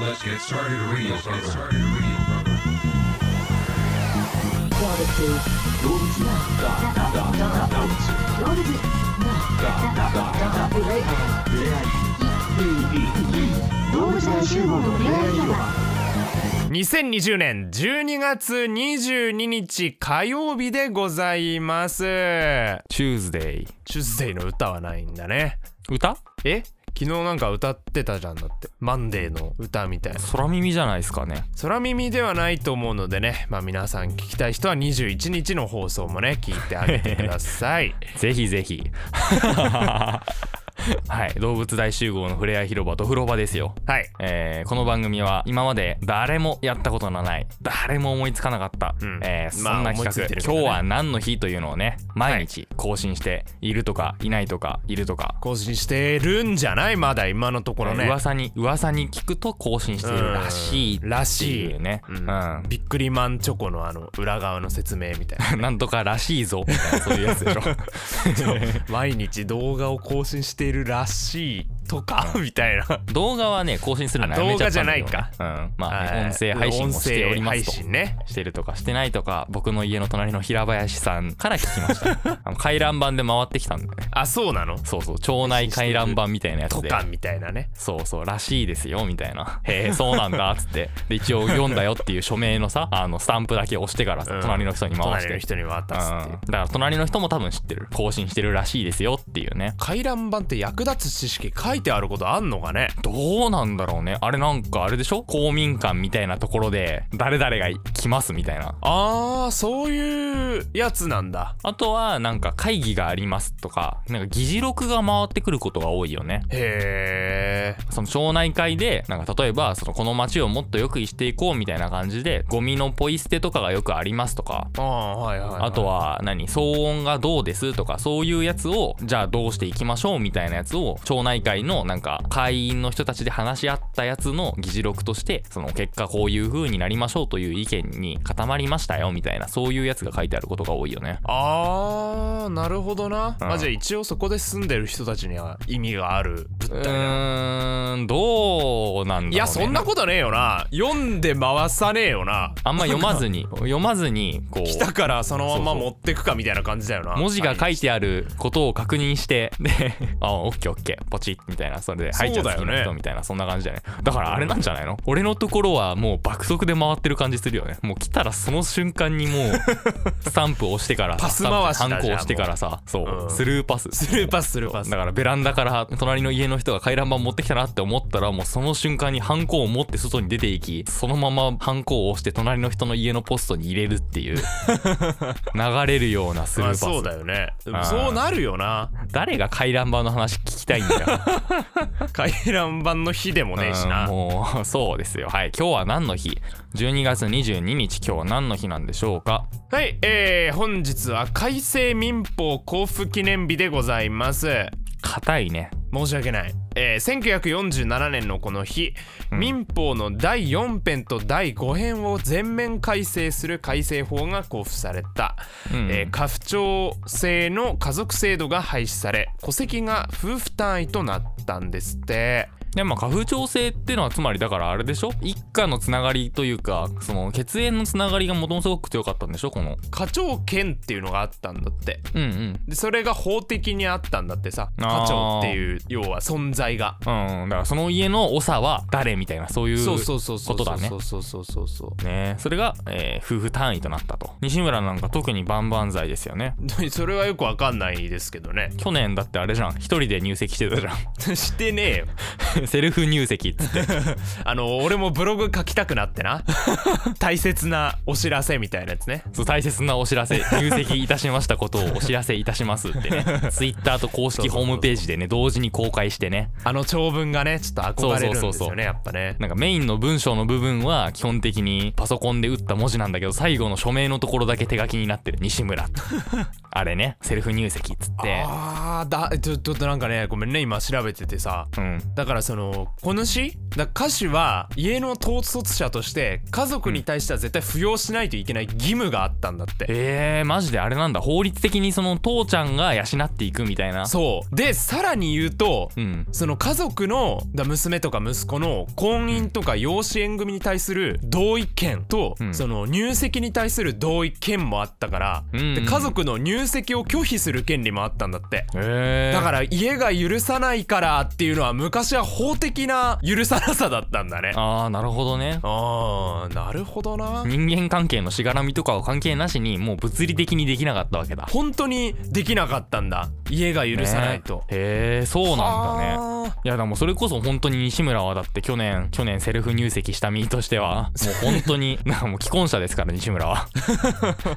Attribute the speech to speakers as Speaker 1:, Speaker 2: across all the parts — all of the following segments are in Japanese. Speaker 1: Let's get started radio get started radio program.
Speaker 2: Doors
Speaker 3: 2020年12月22日火曜日でございますチュ
Speaker 4: Tuesday
Speaker 3: ーズデイの歌はないんだね
Speaker 4: 歌
Speaker 3: え昨日なんか歌ってたじゃんだってマンデーの歌みたいな
Speaker 4: 空耳じゃないですかね
Speaker 3: 空耳ではないと思うのでねまあ皆さん聞きたい人は21日の放送もね聞いてあげてくださ い
Speaker 4: ぜひぜ ひはい動物大集合のふれあい広場と風呂場ですよ
Speaker 3: はい
Speaker 4: えーこの番組は今まで誰もやったことのない誰も思いつかなかった、
Speaker 3: ん
Speaker 4: えーそ
Speaker 3: まあ
Speaker 4: んな
Speaker 3: 思いつい
Speaker 4: 企
Speaker 3: て
Speaker 4: 画、
Speaker 3: るけどね
Speaker 4: 今日は何の日というのをね毎日更新しているとかいないとかいるとか、
Speaker 3: 更新してるんじゃないまだ今のところね、
Speaker 4: えー噂に噂に聞くと更新しているらしいって
Speaker 3: うんらし
Speaker 4: い
Speaker 3: いう
Speaker 4: ね、うん
Speaker 3: びっくりマンチョコのあの裏側の説明みたいな
Speaker 4: なん とからしいぞみたいなそういうやつでしょ
Speaker 3: 毎日動画を更新しているらしいとかみたいな
Speaker 4: 動画はね更新するのやめちゃったんだけ
Speaker 3: 動
Speaker 4: どね
Speaker 3: 画じゃ
Speaker 4: うん、まあね、
Speaker 3: はい
Speaker 4: 音声配信もしておりますと
Speaker 3: 音声配信ね
Speaker 4: してるとかしてないとか僕の家の隣の平林さんから聞きまし たあの回覧板で回ってきたんだよね
Speaker 3: あそうなの
Speaker 4: そうそう町内回覧板みたいなやつ
Speaker 3: と
Speaker 4: で
Speaker 3: かみたいなね
Speaker 4: そうそうらしいですよみた いな「へえそうなんだ」っつってで一応読んだよっていう署名のさあのスタンプだけ押してからさ、
Speaker 3: うん
Speaker 4: 隣の人に回し
Speaker 3: 隣
Speaker 4: て
Speaker 3: の人に渡すっていう
Speaker 4: うんだから隣の人も多分知ってる更新してるらしいですよっていうね
Speaker 3: 回覧板って役立つ知識書いてあることあんのかね
Speaker 4: どうなんだろうねあれなんかあれでしょ公民館みたいなところで誰々が来ますみたいな
Speaker 3: あーそういうやつなんだ
Speaker 4: あとはなんか会議がありますとかなんか議事録が回ってくることが多いよね
Speaker 3: へえ
Speaker 4: その町内会でなんか例えばそのこの町をもっと良くしていこうみたいな感じでゴミのポイ捨てとかがよくありますとか
Speaker 3: ああはいはい、はい、
Speaker 4: あとは何騒音がどうですとかそういうやつをじゃあどうしていきましょうみたいなやつを町内会のなんか会員の人たちで話し合ったやつの議事録としてその結果こういう風になりましょうという意見に固まりましたよみたいなそういうやつが書いてあることが多いよね。
Speaker 3: あーなるほどな、
Speaker 4: うん
Speaker 3: まあじゃあ一応そこで住んでる人たちには意味がある
Speaker 4: う
Speaker 3: 物体な
Speaker 4: ーんどうなんだろう、ね、
Speaker 3: いやそんなことねえよな読んで回さねえよな
Speaker 4: あんま読ま ずに読まずにこ
Speaker 3: 来
Speaker 4: う
Speaker 3: たからそのまま
Speaker 4: そうそ
Speaker 3: 持ってくかみたいな感じだよな
Speaker 4: 文字が書い
Speaker 3: あ
Speaker 4: てあることを確認してであオッケーオッケーポチッみたいなそれで
Speaker 3: そうだ
Speaker 4: 入っ
Speaker 3: よ
Speaker 4: ち
Speaker 3: ね
Speaker 4: ゃう好きな人みたいなそんな感じだよねだからあれなんじゃないの俺のところはもう爆速で回ってる感じするよねもう来たらその瞬間にもう スタンプを押してから
Speaker 3: パス回しだ
Speaker 4: ハンコ押してからさそう、
Speaker 3: うん
Speaker 4: スルーパス
Speaker 3: スルーパススルーパス
Speaker 4: だからベランダから隣の家の人が回覧板持ってきたなって思ったらもうその瞬間にハンコを持って外に出ていきそのままハンコを押して隣の人の家のポストに入れるっ ていう流れるようなスルーパス、
Speaker 3: まあそうだよねでも
Speaker 4: あー
Speaker 3: そうなるよな
Speaker 4: 誰が回覧板の話聞きたいんだよ。
Speaker 3: 回覧板の日でもねえしな
Speaker 4: うんもうそうですよ。はい、今日は何の日 ?12 月22日、今日は何の日なんでしょうか
Speaker 3: はいえー、本日は改正民法交付記念日でございます
Speaker 4: 硬いね。
Speaker 3: 申し訳ない、えー1947年のこの日、民法の第4編と第5編を全面改正する改正法が交付された、
Speaker 4: うん
Speaker 3: えー家父長制の家族制度が廃止され戸籍が夫婦単位となったんですって
Speaker 4: でも花粉調整ってのはつまりだからあれでしょ一家のつながりというかその血縁のつながりがもともとすごく強かったんでしょこの。
Speaker 3: 家長権っていうのがあったんだって
Speaker 4: うんうん。
Speaker 3: でそれが法的にあったんだってさ
Speaker 4: あー
Speaker 3: 家長っていう要は存在が
Speaker 4: うん、だからその家の長は誰みたいなそういう
Speaker 3: そうそうそうそ
Speaker 4: こ
Speaker 3: う
Speaker 4: と
Speaker 3: そ
Speaker 4: だ
Speaker 3: う
Speaker 4: ね
Speaker 3: そうそうそうそうそう
Speaker 4: ねそれが、えー夫婦単位となったと西村なんか特に万々歳ですよね
Speaker 3: それはよくわかんないですけどね
Speaker 4: 去年だってあれじゃん一人で入籍してたじゃん
Speaker 3: してねえよ
Speaker 4: セルフ入籍っつって
Speaker 3: あの俺もブログ書きたくなって な大切なお知らせみたいなやつね
Speaker 4: そう大切なお知らせ入籍いたしましたことをお知らせいたしますっ てねツイッターと公式ホームページでね同時に公開してね
Speaker 3: あの長文がねちょっと憧れるんですよね
Speaker 4: そうそうそうそう
Speaker 3: やっぱね
Speaker 4: なんかメインの文章の部分は基本的にパソコンで打った文字なんだけど最後の署名のところだけ手書きになってる 西村あれねセルフ入籍っつって
Speaker 3: あーだちょちょっとなんかねごめんね今調べててさ
Speaker 4: うん
Speaker 3: だからその小主だから歌手は家の統率者として家族に対しては絶対扶養しないといけない義務があったんだって、
Speaker 4: えー、マジであれなんだ法律的にその父ちゃんが養っていくみたいな
Speaker 3: そうでさらに言うと、
Speaker 4: うん
Speaker 3: その家族のだ娘とか息子の婚姻とか養子縁組に対する同意権と、
Speaker 4: うん
Speaker 3: その入籍に対する同意権もあったから、
Speaker 4: うんうん
Speaker 3: で家族の入籍を拒否する権利もあったんだって。
Speaker 4: えー、
Speaker 3: だから家が許さないからっていうのは昔は法的な許さなさだったんだね。
Speaker 4: ああなるほどね
Speaker 3: あーなるほど な。
Speaker 4: 人間関係のしがらみとかは関係なしにもう物理的にできなかったわけだ
Speaker 3: 本当にできなかったんだ家が許さないと。
Speaker 4: ねへえそうなんだね
Speaker 3: ね。
Speaker 4: いやでもそれこそ本当に西村はだって去年去年セルフ入籍した身とし てはもう本当になんかもう既婚者ですから西村は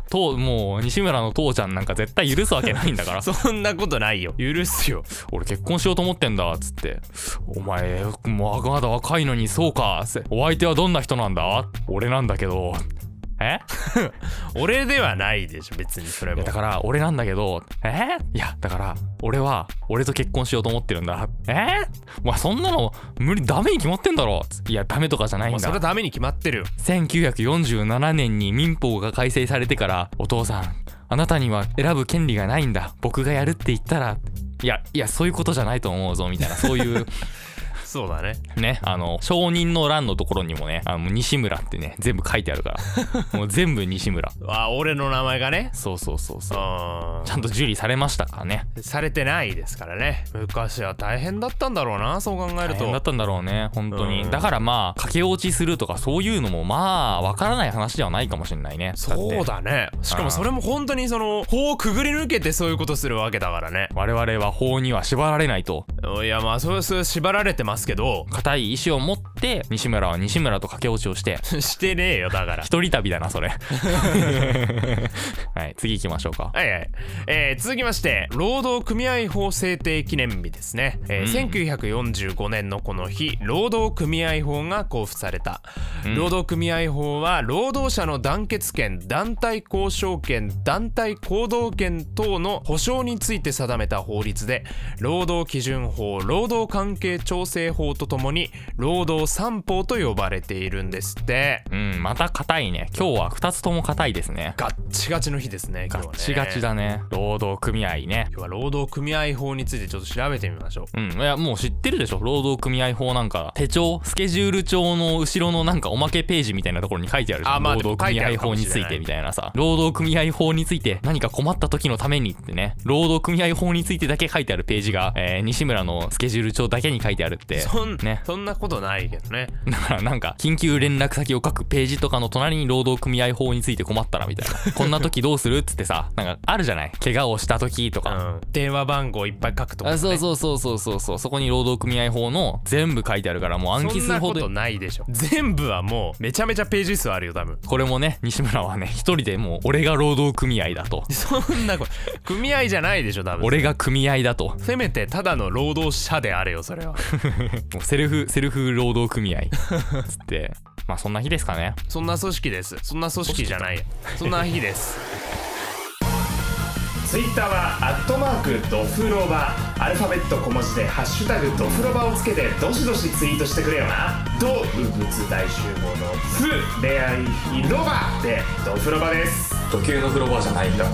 Speaker 4: ともう西村の父ちゃんなんか絶対許すわけないんだか ら
Speaker 3: そんなことないよ。許すよ。
Speaker 4: 俺結婚しようと思ってんだっつって「お前もうまだ若いのにそうか」っつって「お相手はどんな人なんだ俺なんだけど」え
Speaker 3: 俺ではないでしょ別にそれ
Speaker 4: いや
Speaker 3: も
Speaker 4: だ。から俺なんだけどえいやだから俺は俺と結婚しようと思ってるんだえお前そんなの無理ダメに決まってんだろいやダメとかじゃない
Speaker 3: も
Speaker 4: ん
Speaker 3: うそ
Speaker 4: だ
Speaker 3: れはダメに決まってるよ。
Speaker 4: 1947年に民法が改正されてからお父さんあなたには選ぶ権利がないんだ僕がやるって言ったらいやいやそういうことじゃないと思うぞみたいなそう いう
Speaker 3: そうだね。
Speaker 4: ねあの証人の欄のところにもねあの西村ってね全部書いてあるからもう全部西村
Speaker 3: あ俺の名前がね。
Speaker 4: そうそうそうそう
Speaker 3: あ
Speaker 4: ちゃんと受理されましたからね
Speaker 3: されてないですからね。昔は大変だったんだろうなそう考える
Speaker 4: 大
Speaker 3: と
Speaker 4: 変だ。ったんだろうね本当に、
Speaker 3: うん
Speaker 4: だからまあ駆け落ちするとかそういうのもまあわからない話ではないかもしれないね
Speaker 3: そう
Speaker 4: って
Speaker 3: だね。しかもそれも本当にその法をくぐり抜けてそういうことするわけだからね。
Speaker 4: 我々は法には縛られないと
Speaker 3: いやまあそうそう縛られてますけど
Speaker 4: 固い意志を持って西村は西村と駆け落ちをして
Speaker 3: してねえよだから。
Speaker 4: 一人旅だな それはい次行きましょうか
Speaker 3: はいはい、えー続きまして労働組合法制定記念日ですね、えー1945年のこの日労働組合法が交付された、労働組合法は労働者の団結権団体交渉権団体行動権等の保障について定めた法律で労働基準法労働関係調整法とともに労働三法と呼ばれているんですって
Speaker 4: うんまた硬いね今日は2つとも硬いですね
Speaker 3: ガッチガチの日ですね今日
Speaker 4: ガ
Speaker 3: はね
Speaker 4: ッチガチだね労働組合ね
Speaker 3: 今日は労働組合法についてちょっと調べてみましょう
Speaker 4: うん、いやもう知ってるでしょ労働組合法なんか手帳スケジュール帳の後ろのなんかおまけページみたいなところに書いてあるじゃん
Speaker 3: あまあ
Speaker 4: 労働組合法についてみたいなさ労働組合法について何か困った時のためにってね労働組合法についてだけ書いてあるページが、えー西村のスケジュール帳だけに書いてあるって
Speaker 3: そん,、
Speaker 4: ね
Speaker 3: そんなことないけどね
Speaker 4: だからなんか緊急連絡先を書くページとかの隣に労働組合法について困ったらみたいなこんな時どうするっつってさなんかあるじゃない怪我をした時と
Speaker 3: う
Speaker 4: か、
Speaker 3: ん電話番号いっぱい書くとか、ね、
Speaker 4: あそうそうそうそうそうそうそこに労働組合法の全部書いてあるからもう暗記
Speaker 3: そ
Speaker 4: す
Speaker 3: ん
Speaker 4: る
Speaker 3: な
Speaker 4: ほ
Speaker 3: こ
Speaker 4: ど
Speaker 3: とないでしょ全部はもうめちゃめちゃページ数あるよ多分
Speaker 4: これもね西村はね一人でもう俺が労働組合だ と
Speaker 3: そんなこと組合じゃないでしょ多分
Speaker 4: 俺が組合だとも
Speaker 3: せめてただの労働者であれよそれは
Speaker 4: うセルフセルフ労働組合つってまあそんな日ですかね
Speaker 3: そんな組織ですそんな組織じゃないよそんな日ですツイッターはアットマークドフロバアルファベット小文字で「ハッシュタグドフロバ」をつけてどしどしツイートしてくれよな動物大集合の「ふ」恋愛広場でドフロバです
Speaker 4: 時計の風呂場じゃないんだ